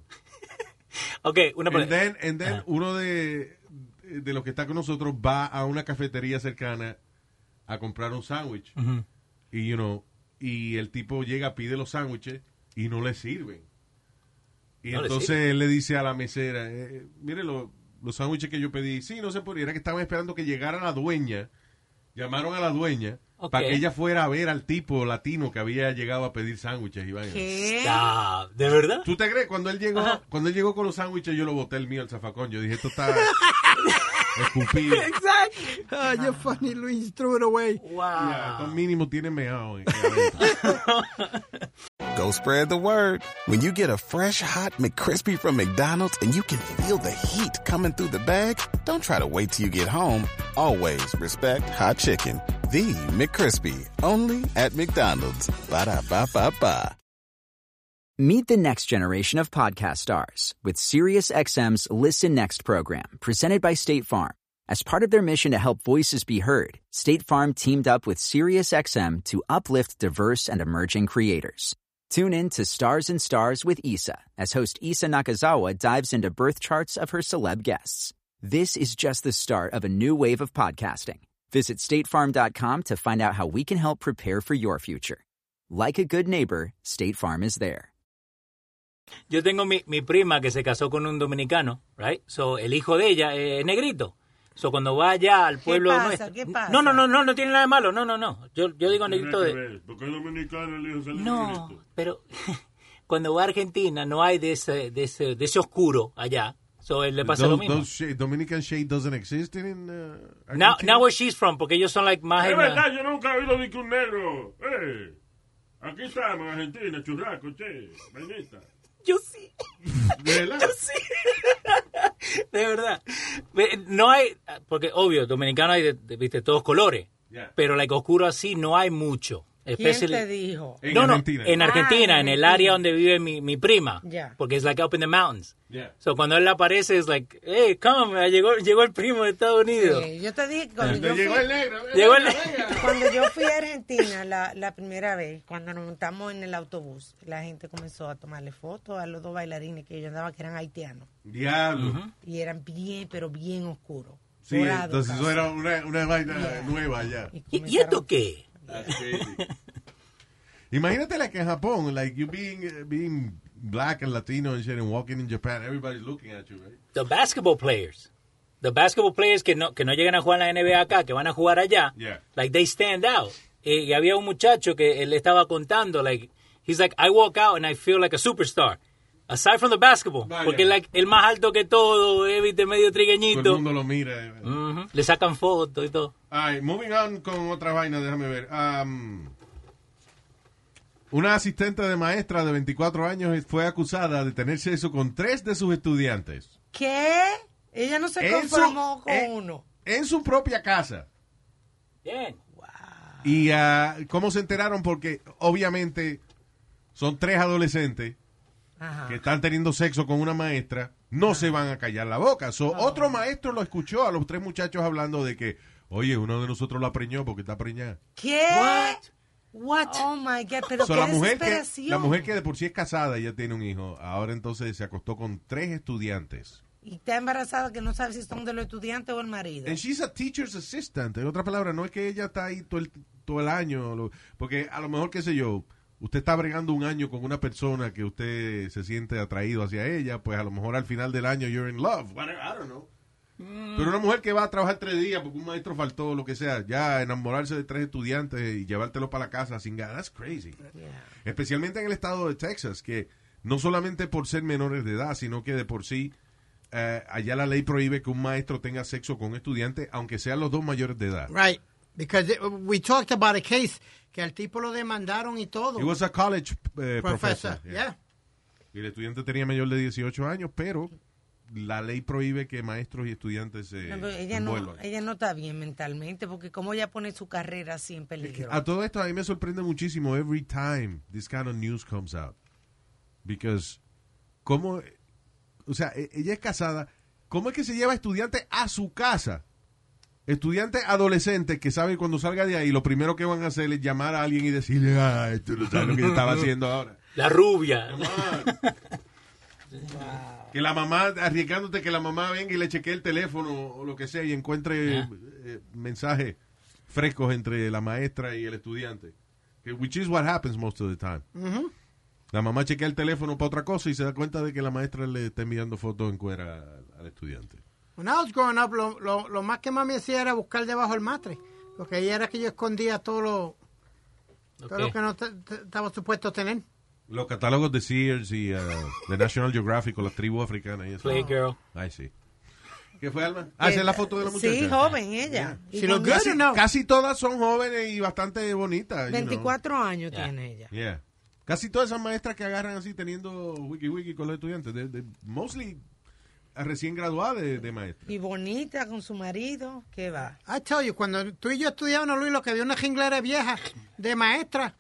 [SPEAKER 8] Ok, una
[SPEAKER 2] And
[SPEAKER 8] pregunta.
[SPEAKER 2] then, and then uno de, de los que está con nosotros va a una cafetería cercana a comprar un sándwich. Y, you know, y el tipo llega, pide los sándwiches y no le sirven. Y
[SPEAKER 8] No le
[SPEAKER 2] entonces
[SPEAKER 8] sirven.
[SPEAKER 2] él le dice a la mesera, eh, mire lo- los sándwiches que yo pedí. Sí, no sé por qué, era que estaban esperando que llegara la dueña. Llamaron a la dueña
[SPEAKER 8] Ok.
[SPEAKER 2] para que ella fuera a ver al tipo latino que había llegado a pedir sándwiches y vainas.
[SPEAKER 7] ¿Qué?
[SPEAKER 8] Ah, ¿De verdad?
[SPEAKER 2] ¿Tú te crees? Cuando él llegó, cuando él llegó con los sándwiches, yo lo boté el mío al zafacón. Yo dije, esto está escupido.
[SPEAKER 8] Exacto.
[SPEAKER 4] Ah, you're funny, Luis. Threw it away.
[SPEAKER 2] Ya,
[SPEAKER 8] Wow.
[SPEAKER 2] Estos mínimos tienen meado. en- en la
[SPEAKER 5] Go spread the word. When you get a fresh hot McCrispy from McDonald's and you can feel the heat coming through the bag, don't try to wait till you get home. Always respect hot chicken. The McCrispy, only at McDonald's. Ba da ba ba ba.
[SPEAKER 6] Meet the next generation of podcast stars with SiriusXM's Listen Next program, presented by State Farm. As part of their mission to help voices be heard, State Farm teamed up with SiriusXM to uplift diverse and emerging creators. Tune in to Stars and Stars with Issa as host Issa Nakazawa dives into birth charts of her celeb guests. This is just the start of a new wave of podcasting. Visit statefarm.com to find out how we can help prepare for your future. Like a good neighbor, State Farm is there.
[SPEAKER 8] Yo tengo mi, mi prima que se casó con un dominicano, right? So, el hijo de ella eh, es negrito. So, cuando va allá al pueblo
[SPEAKER 7] pasa?
[SPEAKER 8] nuestro-
[SPEAKER 7] ¿Qué pasa?
[SPEAKER 8] No, no, no, no, no tiene nada de malo. No, no, no. Yo, yo digo negrito de...
[SPEAKER 9] Porque es dominicano el hijo sale
[SPEAKER 8] No,
[SPEAKER 9] negrito.
[SPEAKER 8] pero cuando va a Argentina no hay de ese, de ese, de ese oscuro allá. So, él le
[SPEAKER 2] venta.
[SPEAKER 8] pasa lo
[SPEAKER 2] Those-
[SPEAKER 8] mismo.
[SPEAKER 2] those shade- Dominican shade doesn't exist in uh,
[SPEAKER 8] Now,
[SPEAKER 2] Argentina.
[SPEAKER 8] now where she's from, porque ellos son like más...
[SPEAKER 9] Es
[SPEAKER 8] en,
[SPEAKER 9] verdad, yo nunca he oído de que un negro. Eh, aquí estamos, en Argentina, churraco, che, vainita.
[SPEAKER 8] Yo sí,
[SPEAKER 2] ¿De verdad?
[SPEAKER 8] sí. de verdad. Ve, No hay, porque obvio, dominicano hay, de, de- viste, todos colores.
[SPEAKER 2] Yeah.
[SPEAKER 8] Pero like oscuro así no hay mucho.
[SPEAKER 7] ¿Quién
[SPEAKER 8] Especially-
[SPEAKER 7] te dijo?
[SPEAKER 2] En
[SPEAKER 8] no, no,
[SPEAKER 2] Argentina.
[SPEAKER 8] en Argentina,
[SPEAKER 7] Ah,
[SPEAKER 8] en
[SPEAKER 7] en
[SPEAKER 8] el
[SPEAKER 7] Argentina.
[SPEAKER 8] área donde vive mi, mi prima.
[SPEAKER 7] Ya.
[SPEAKER 8] Porque es like up in the mountains.
[SPEAKER 2] Yeah.
[SPEAKER 8] So cuando él aparece es like, hey, come, llegó, llegó el primo de Estados Unidos.
[SPEAKER 7] Eh, Yo te dije que cuando yo
[SPEAKER 2] Llegó
[SPEAKER 7] fui-
[SPEAKER 2] el negro. eh. venga,
[SPEAKER 8] Llegó el-
[SPEAKER 2] venga.
[SPEAKER 7] Cuando yo fui a Argentina la, la primera vez, cuando nos montamos en el autobús, la gente comenzó a tomarle fotos a los dos bailarines que yo andaba, que eran haitianos.
[SPEAKER 2] Diablo.
[SPEAKER 7] Y eran bien, pero bien oscuros.
[SPEAKER 2] Sí,
[SPEAKER 7] dorados
[SPEAKER 2] entonces
[SPEAKER 7] casi.
[SPEAKER 2] eso era una, una vaina nueva allá.
[SPEAKER 7] Y
[SPEAKER 8] ¿Y, y
[SPEAKER 7] comenzaron-
[SPEAKER 8] esto qué?
[SPEAKER 2] Imagínate like en Japón, like you being uh, being black and Latino and shit and walking in Japan, everybody's looking at you, eh. right?
[SPEAKER 8] The basketball players. The basketball players que no, que no llegan a jugar en la NBA acá, que van a jugar allá.
[SPEAKER 2] Yeah.
[SPEAKER 8] Like, they stand out. Eh, Y, y había un muchacho que él estaba contando, like, he's like, I walk out and I feel like a superstar. Aside from the basketball.
[SPEAKER 2] Vaya.
[SPEAKER 8] Porque like, el más alto que todo, eh, viste,
[SPEAKER 2] Todo
[SPEAKER 8] medio
[SPEAKER 2] el
[SPEAKER 8] trigueñito.
[SPEAKER 2] mundo lo mira. eh.
[SPEAKER 8] Ujú. Le sacan fotos y todo.
[SPEAKER 2] Alright, moving on con otra vaina, déjame ver. Am, una asistente de maestra de 24 años fue acusada de tener sexo con tres de sus estudiantes.
[SPEAKER 7] ¿Qué? Ella no se
[SPEAKER 2] En su-
[SPEAKER 7] conformó con
[SPEAKER 2] en-
[SPEAKER 7] uno.
[SPEAKER 2] En su propia casa.
[SPEAKER 8] Bien.
[SPEAKER 2] Y ah, cómo se enteraron, porque obviamente son tres adolescentes
[SPEAKER 7] Ajá.
[SPEAKER 2] que están teniendo sexo con una maestra, no se van a callar la boca. So, Otro maestro lo escuchó a los tres muchachos hablando de que, oye, uno de nosotros la preñó porque está preñada.
[SPEAKER 7] ¿Qué?
[SPEAKER 8] What?
[SPEAKER 7] What? Oh my God, pero
[SPEAKER 2] So,
[SPEAKER 7] qué
[SPEAKER 2] la, mujer que,
[SPEAKER 7] desesperación.
[SPEAKER 2] la mujer que de por sí es casada y ya tiene un hijo, ahora entonces se acostó con tres estudiantes.
[SPEAKER 7] Y está embarazada que no sabe si son de los estudiantes o el marido.
[SPEAKER 2] And she's a teacher's assistant. En otras palabras, no es que ella está ahí todo el, todo el año. lo- porque a lo mejor, qué sé yo, usted está bregando un año con una persona que usted se siente atraído hacia ella, pues a lo mejor al final del año you're in love. Whatever, I don't know. Pero una mujer que va a trabajar tres días porque un maestro faltó, lo que sea, ya enamorarse de tres estudiantes y llevártelo para la casa sin ganas, that's crazy. Especialmente en el estado de Texas, que no solamente por ser menores de edad, sino que de por sí, eh, allá la ley prohíbe que un maestro tenga sexo con un estudiante, aunque sean los dos mayores de edad.
[SPEAKER 4] Right. Because uh, we talked about a case que al tipo lo demandaron y todo.
[SPEAKER 2] He was a college eh, professor.
[SPEAKER 4] professor.
[SPEAKER 2] yeah.
[SPEAKER 4] Yeah.
[SPEAKER 2] Y el estudiante tenía mayor de 18 años, pero la ley prohíbe que maestros y estudiantes se
[SPEAKER 7] No, pero ella,
[SPEAKER 2] envuelvan.
[SPEAKER 7] no, ella no está bien mentalmente, porque como ella pone su carrera así en peligro.
[SPEAKER 2] A todo esto a mí me sorprende muchísimo every time this kind of news comes out. Because, ¿cómo? O sea, e- ella es casada. ¿Cómo es que se lleva estudiantes a su casa? Estudiantes adolescentes que saben cuando salga de ahí, lo primero que van a hacer es llamar a alguien y decirle, ah, esto no sabes lo que yo estaba haciendo ahora.
[SPEAKER 8] La rubia.
[SPEAKER 2] Que la mamá, arriesgándote que la mamá venga y le chequee el teléfono o lo que sea y encuentre
[SPEAKER 8] Yeah.
[SPEAKER 2] eh, mensajes frescos entre la maestra y el estudiante. Que- Which is what happens most of the time. La mamá chequea el teléfono para otra cosa y se da cuenta de que la maestra le está enviando fotos en cuera al, al estudiante.
[SPEAKER 4] When I was growing up, lo, lo, lo más que mami hacía era buscar debajo del matre. Lo que ella era que yo escondía todo lo, todo
[SPEAKER 8] Ok.
[SPEAKER 4] lo que no te- te- estaba supuesto tener.
[SPEAKER 2] Los catálogos de Sears y eh, de National Geographic o las tribus africanas y eso.
[SPEAKER 8] Playgirl.
[SPEAKER 2] Ay, sí. ¿Qué fue, Alma? Ah, esa es la foto de la muchacha.
[SPEAKER 7] Eh, Sí, joven ella. Y
[SPEAKER 4] She look
[SPEAKER 7] con
[SPEAKER 4] good
[SPEAKER 2] Casi,
[SPEAKER 4] or no?
[SPEAKER 2] casi todas son jóvenes y bastante bonitas. you know.
[SPEAKER 7] 24 años tiene ella.
[SPEAKER 2] Yeah. Casi todas esas maestras que agarran así teniendo wiki wiki con los estudiantes, de, de- mostly a recién graduadas de, de maestra.
[SPEAKER 7] Y bonita con su marido, que va.
[SPEAKER 4] I tell you, cuando tú y yo estudiábamos, Luis, lo que había una jinglera vieja de maestra.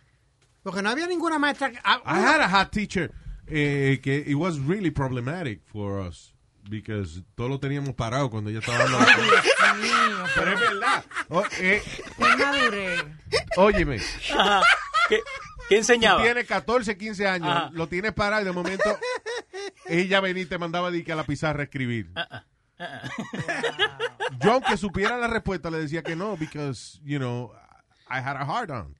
[SPEAKER 4] Porque no había ninguna maestra. que- ah,
[SPEAKER 2] I had a hot teacher eh, que it was really problematic for us because todo lo teníamos parado cuando ella estaba dando la clase.
[SPEAKER 7] Mío,
[SPEAKER 2] Pero es verdad. O- eh,
[SPEAKER 7] qué madurez.
[SPEAKER 2] óyeme,
[SPEAKER 8] Ajá. ¿Qué, qué enseñaba?
[SPEAKER 2] tiene 14, 15 años,
[SPEAKER 8] Ajá.
[SPEAKER 2] lo tienes parado y de momento ella venía y te mandaba de que a la pizarra a escribir.
[SPEAKER 8] Ah,
[SPEAKER 2] Yo, aunque supiera la respuesta, le decía que no, because, you know, I had a hard on.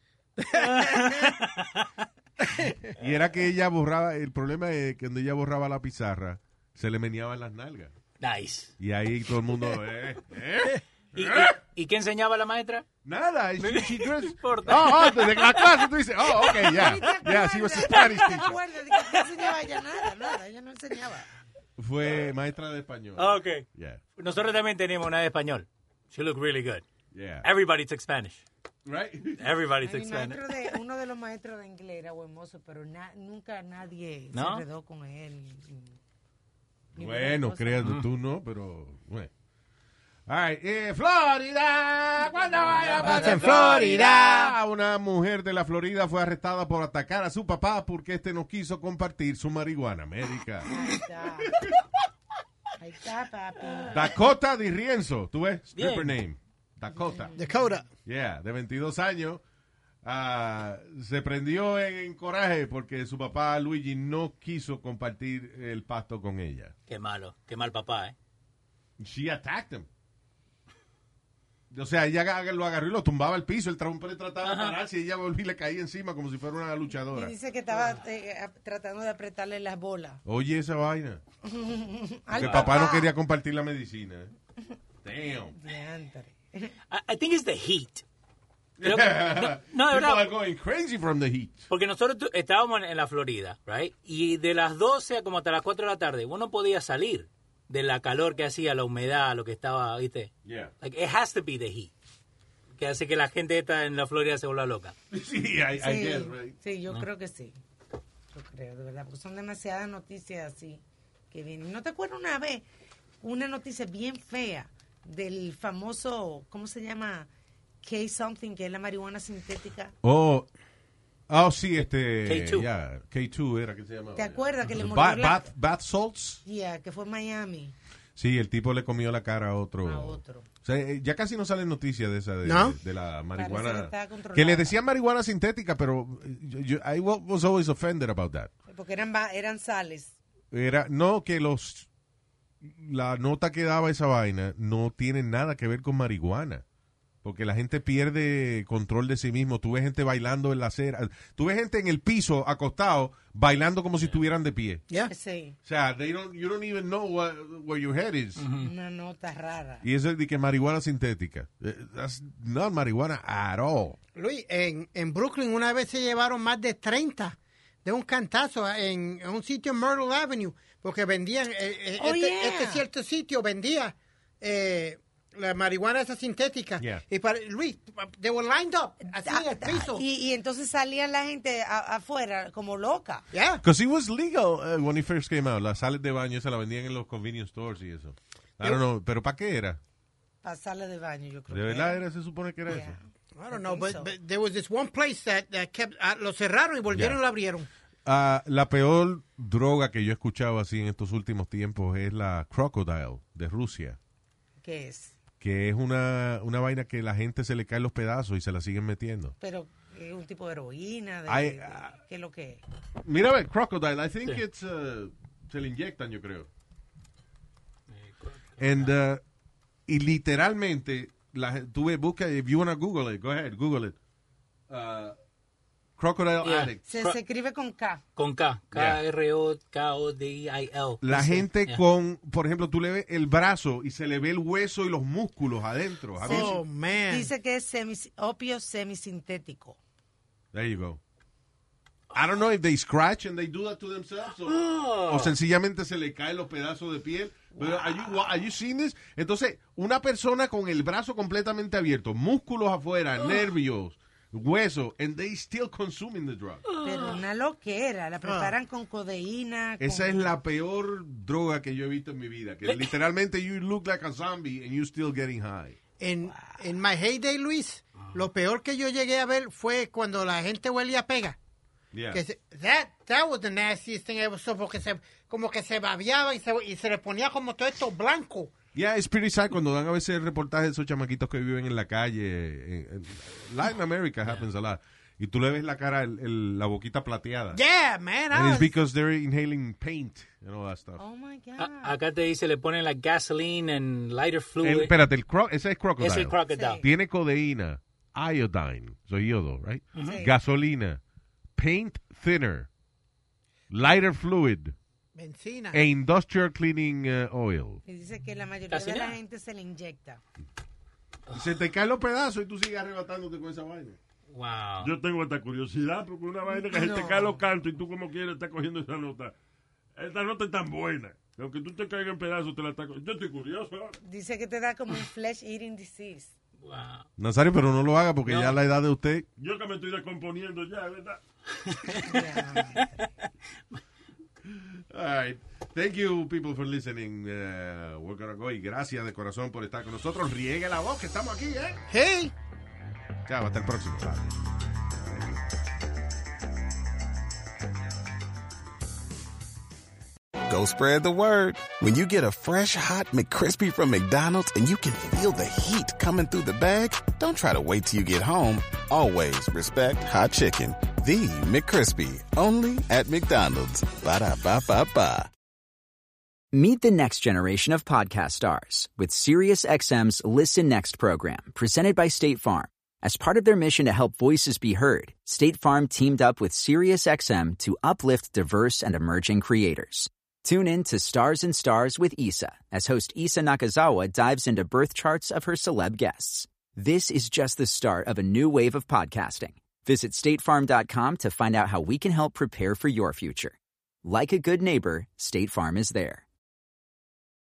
[SPEAKER 2] y era que ella borraba, el problema es que cuando ella borraba la pizarra, se le meneaban las nalgas.
[SPEAKER 8] Nice.
[SPEAKER 2] Y ahí todo el mundo, eh, eh,
[SPEAKER 8] ¿Y, y, y qué enseñaba la maestra?
[SPEAKER 2] nada. y she- she dressed-
[SPEAKER 8] importa.
[SPEAKER 2] Oh, oh, desde la clase tú dices, oh, okay, ya, yeah, yeah, she was a Spanish
[SPEAKER 7] ¿Te
[SPEAKER 2] teacher.
[SPEAKER 7] acuerdas de que no enseñaba ella nada? Nada, ella no enseñaba.
[SPEAKER 2] Fue maestra de español.
[SPEAKER 8] Ah, ok.
[SPEAKER 2] Yeah,
[SPEAKER 8] Nosotros también tenemos una de español. She looked really good.
[SPEAKER 2] yeah.
[SPEAKER 8] Everybody took Spanish.
[SPEAKER 2] Right?
[SPEAKER 8] Everybody
[SPEAKER 7] Mi
[SPEAKER 8] took Spanish.
[SPEAKER 7] maestro de, uno de los maestros de inglés era buen mozo, pero na- nunca nadie se
[SPEAKER 8] ¿No?
[SPEAKER 7] enredó con él. ni- ni- ni
[SPEAKER 2] Bueno,
[SPEAKER 7] cosa.
[SPEAKER 2] creas tú no, pero bueno. All right, eh, Florida, cuando vaya para
[SPEAKER 4] en Florida.
[SPEAKER 2] Una mujer de la Florida fue arrestada por atacar a su papá porque este no quiso compartir su marihuana médica.
[SPEAKER 7] Ahí está. Ahí está, papi.
[SPEAKER 2] Dakota Di Rienzo, ¿tú ves? Stripper
[SPEAKER 8] Bien.
[SPEAKER 2] name. Dakota.
[SPEAKER 4] Dakota.
[SPEAKER 2] Yeah, de 22 años. ah, se prendió en, en coraje porque su papá Luigi no quiso compartir el pasto con ella.
[SPEAKER 8] Qué malo. Qué mal papá, ¿eh?
[SPEAKER 2] She attacked him. O sea, ella aga- lo agarró y lo tumbaba al piso. El trompe trataba de pararse y ella volvía y le caía encima como si fuera una
[SPEAKER 7] Y
[SPEAKER 2] luchadora.
[SPEAKER 7] dice que estaba eh, a- tratando de apretarle las bolas.
[SPEAKER 2] Oye, esa vaina.
[SPEAKER 7] Al
[SPEAKER 2] Que el papá no quería compartir la medicina. ¿eh? Damn.
[SPEAKER 7] Diantre.
[SPEAKER 8] I, I think it's the heat. Creo que-
[SPEAKER 2] People
[SPEAKER 8] no, no, de verdad.
[SPEAKER 2] are going crazy from the heat.
[SPEAKER 8] Porque nosotros tu- estábamos en- en la Florida, right? Y de las 12 a como hasta las 4 de la tarde, uno podía salir de la calor que hacía, la humedad, lo que estaba, ¿viste?
[SPEAKER 2] Yeah.
[SPEAKER 8] Like, it has to be the heat. Que hace que la gente esta en la Florida se vuelva loca.
[SPEAKER 2] Sí, I, I
[SPEAKER 7] Sí,
[SPEAKER 2] guess, right?
[SPEAKER 7] sí, yo creo que sí. Yo creo, de verdad, porque son demasiadas noticias así que vienen. ¿No te acuerdas una vez una noticia bien fea del famoso, ¿cómo se llama? K-something, que es la marihuana sintética.
[SPEAKER 2] Oh, oh sí, este.
[SPEAKER 8] K2.
[SPEAKER 2] yeah, K2 era que se llamaba.
[SPEAKER 7] ¿Te acuerdas que le
[SPEAKER 2] Ba-
[SPEAKER 7] murió la-
[SPEAKER 2] bath- bath salts.
[SPEAKER 7] Yeah, que fue en Miami.
[SPEAKER 2] Sí, el tipo le comió la cara a otro.
[SPEAKER 7] A otro.
[SPEAKER 2] O sea, eh, ya casi no salen noticias de esa de,
[SPEAKER 4] ¿No?
[SPEAKER 2] de la
[SPEAKER 7] Parece que
[SPEAKER 2] marihuana.
[SPEAKER 7] estaba
[SPEAKER 2] Que,
[SPEAKER 7] controlada.
[SPEAKER 2] le decían marihuana sintética, pero eh, yo- yo- I wa- was always offended about that.
[SPEAKER 7] Porque eran, ba- eran sales.
[SPEAKER 2] Era no que los la nota que daba esa vaina no tiene nada que ver con marihuana. Porque la gente pierde control de sí mismo. Tú ves gente bailando en la acera. Tú ves gente en el piso, acostado, bailando como si estuvieran de pie.
[SPEAKER 4] Yeah.
[SPEAKER 7] Sí.
[SPEAKER 2] O sea, they don't, you don't even know what- where your head is.
[SPEAKER 7] Una nota rara.
[SPEAKER 2] Y eso es de que marihuana sintética. Eh, That's not marihuana at all.
[SPEAKER 4] Luis, en, en Brooklyn una vez se llevaron más de 30 de un cantazo en, en un sitio en Myrtle Avenue, porque vendían, eh, eh,
[SPEAKER 7] Oh,
[SPEAKER 4] este,
[SPEAKER 7] yeah.
[SPEAKER 4] este cierto sitio vendía eh, la marihuana esa sintética.
[SPEAKER 2] Yeah.
[SPEAKER 4] Y para, Luis, they were lined up, así en el piso.
[SPEAKER 7] Ah, Y, y entonces salía la gente a- afuera como loca.
[SPEAKER 4] Yeah.
[SPEAKER 2] Because it was legal uh, when it first came out. Las sales de baño se la vendían en los convenience stores y eso. I don't know, pero ¿para qué era?
[SPEAKER 7] Pasarle de baño, yo creo.
[SPEAKER 2] ¿De
[SPEAKER 7] que
[SPEAKER 2] verdad
[SPEAKER 7] era.
[SPEAKER 2] era? ¿Se supone que era
[SPEAKER 7] Yeah.
[SPEAKER 2] eso?
[SPEAKER 4] I don't know,
[SPEAKER 7] think
[SPEAKER 4] but,
[SPEAKER 7] so.
[SPEAKER 4] but there was this one place that, that kept, ah, lo cerraron y
[SPEAKER 2] Yeah.
[SPEAKER 4] volvieron y lo abrieron.
[SPEAKER 2] Ah, la peor droga que yo he escuchado así en estos últimos tiempos es la crocodile de Rusia,
[SPEAKER 7] ¿Qué es?
[SPEAKER 2] que es una, una vaina que la gente se le caen los pedazos y se la siguen metiendo.
[SPEAKER 7] Pero es un tipo de heroína. De,
[SPEAKER 2] Ay,
[SPEAKER 7] de-
[SPEAKER 2] ah.
[SPEAKER 7] ¿Qué es lo que es?
[SPEAKER 2] Mira, a ver, crocodile, I think it's, uh, se le inyectan, yo creo. And, uh, y literalmente, la, gen- tú ve, busca, if you want Google it, go ahead, Google it. Uh, crocodile
[SPEAKER 8] Yeah.
[SPEAKER 2] addict.
[SPEAKER 7] Se,
[SPEAKER 8] Pro-
[SPEAKER 7] se escribe con K.
[SPEAKER 8] Con K.
[SPEAKER 2] Yeah.
[SPEAKER 8] K-R-O-K-O-D-I-L.
[SPEAKER 2] La
[SPEAKER 8] Sí.
[SPEAKER 2] gente
[SPEAKER 8] Yeah.
[SPEAKER 2] con, por ejemplo, tú le ves el brazo y se le ve el hueso y los músculos adentro. Have you
[SPEAKER 4] Oh,
[SPEAKER 2] seen-
[SPEAKER 4] man.
[SPEAKER 7] Dice que es semis- opio semisintético.
[SPEAKER 2] There you go. I don't know if they scratch and they do that to themselves or-
[SPEAKER 8] Ah.
[SPEAKER 2] o sencillamente se le caen los pedazos de piel. But are you, wa- are you seeing this? Entonces, una persona con el brazo completamente abierto, músculos
[SPEAKER 8] Ah.
[SPEAKER 2] afuera, nervios, hueso, and they still consuming the drug.
[SPEAKER 8] Ah.
[SPEAKER 7] Pero una loquera. La preparan con codeína.
[SPEAKER 2] Esa es
[SPEAKER 7] con-
[SPEAKER 2] la peor droga que yo he visto en mi vida. Que literalmente you look like a zombie and you still getting high.
[SPEAKER 4] En, en My Heyday, Luis,
[SPEAKER 2] Ah.
[SPEAKER 4] lo peor que yo llegué a ver fue cuando la gente huelía pega.
[SPEAKER 2] Yeah.
[SPEAKER 4] Que se- that, that was the nastiest thing I ever saw, porque se, como que se babeaba y se, y se le ponía como todo esto blanco.
[SPEAKER 2] Ya, es pretty sad cuando dan a veces reportajes de esos chamaquitos que viven en la calle. En, en- Latin America happens a lot. Y tú le ves la cara, el- el- la boquita plateada.
[SPEAKER 4] Yeah, man. I
[SPEAKER 2] And it's
[SPEAKER 4] was-
[SPEAKER 2] because they're inhaling paint and all that stuff.
[SPEAKER 7] Oh, my God.
[SPEAKER 8] A- acá te dice, le ponen like gasoline and lighter fluid.
[SPEAKER 2] El- espérate, el cro- ese es crocodile.
[SPEAKER 8] eh. es el crocodile.
[SPEAKER 2] Tiene codeína, iodine, so yodo, right?
[SPEAKER 7] Sí.
[SPEAKER 2] Gasolina, paint thinner, lighter fluid,
[SPEAKER 4] Benzina.
[SPEAKER 2] e industrial cleaning uh, oil.
[SPEAKER 7] Y dice que la mayoría
[SPEAKER 8] Casi
[SPEAKER 7] de la
[SPEAKER 8] nada.
[SPEAKER 7] gente se le inyecta.
[SPEAKER 2] Se te caen los pedazos y tú sigues arrebatándote con esa vaina.
[SPEAKER 8] Wow.
[SPEAKER 9] Yo tengo esta curiosidad porque una vaina que se te cae los cantos y tú como quieres estás cogiendo esa nota. Esta nota es tan buena. que Aunque tú te caigas en pedazos, te la estás cogiendo. Yo estoy curioso. ¿eh?
[SPEAKER 7] Dice que te da como un flesh eating disease.
[SPEAKER 8] wow.
[SPEAKER 2] Nazario, pero no lo haga porque ya la edad de usted
[SPEAKER 9] Yo que me estoy descomponiendo ya, ¿verdad?
[SPEAKER 2] All right. Thank you, people, for listening. Uh, we're gonna go. Y gracias de corazón por estar con nosotros. Riegue la voz que estamos aquí, ¿eh?
[SPEAKER 4] Hey.
[SPEAKER 2] Chao, hasta el próximo.
[SPEAKER 5] Go spread the word. When you get a fresh hot McCrispy from McDonald's and you can feel the heat coming through the bag, don't try to wait till you get home. Always respect hot chicken. The McCrispy, only at McDonald's. Ba da ba ba ba.
[SPEAKER 6] Meet the next generation of podcast stars with SiriusXM's Listen Next program, presented by State Farm. As part of their mission to help voices be heard, State Farm teamed up with SiriusXM to uplift diverse and emerging creators. Tune in to Stars and Stars with Issa as host Issa Nakazawa dives into birth charts of her celeb guests. This is just the start of a new wave of podcasting. Visit statefarm.com to find out how we can help prepare for your future. Like a good neighbor, State Farm is there.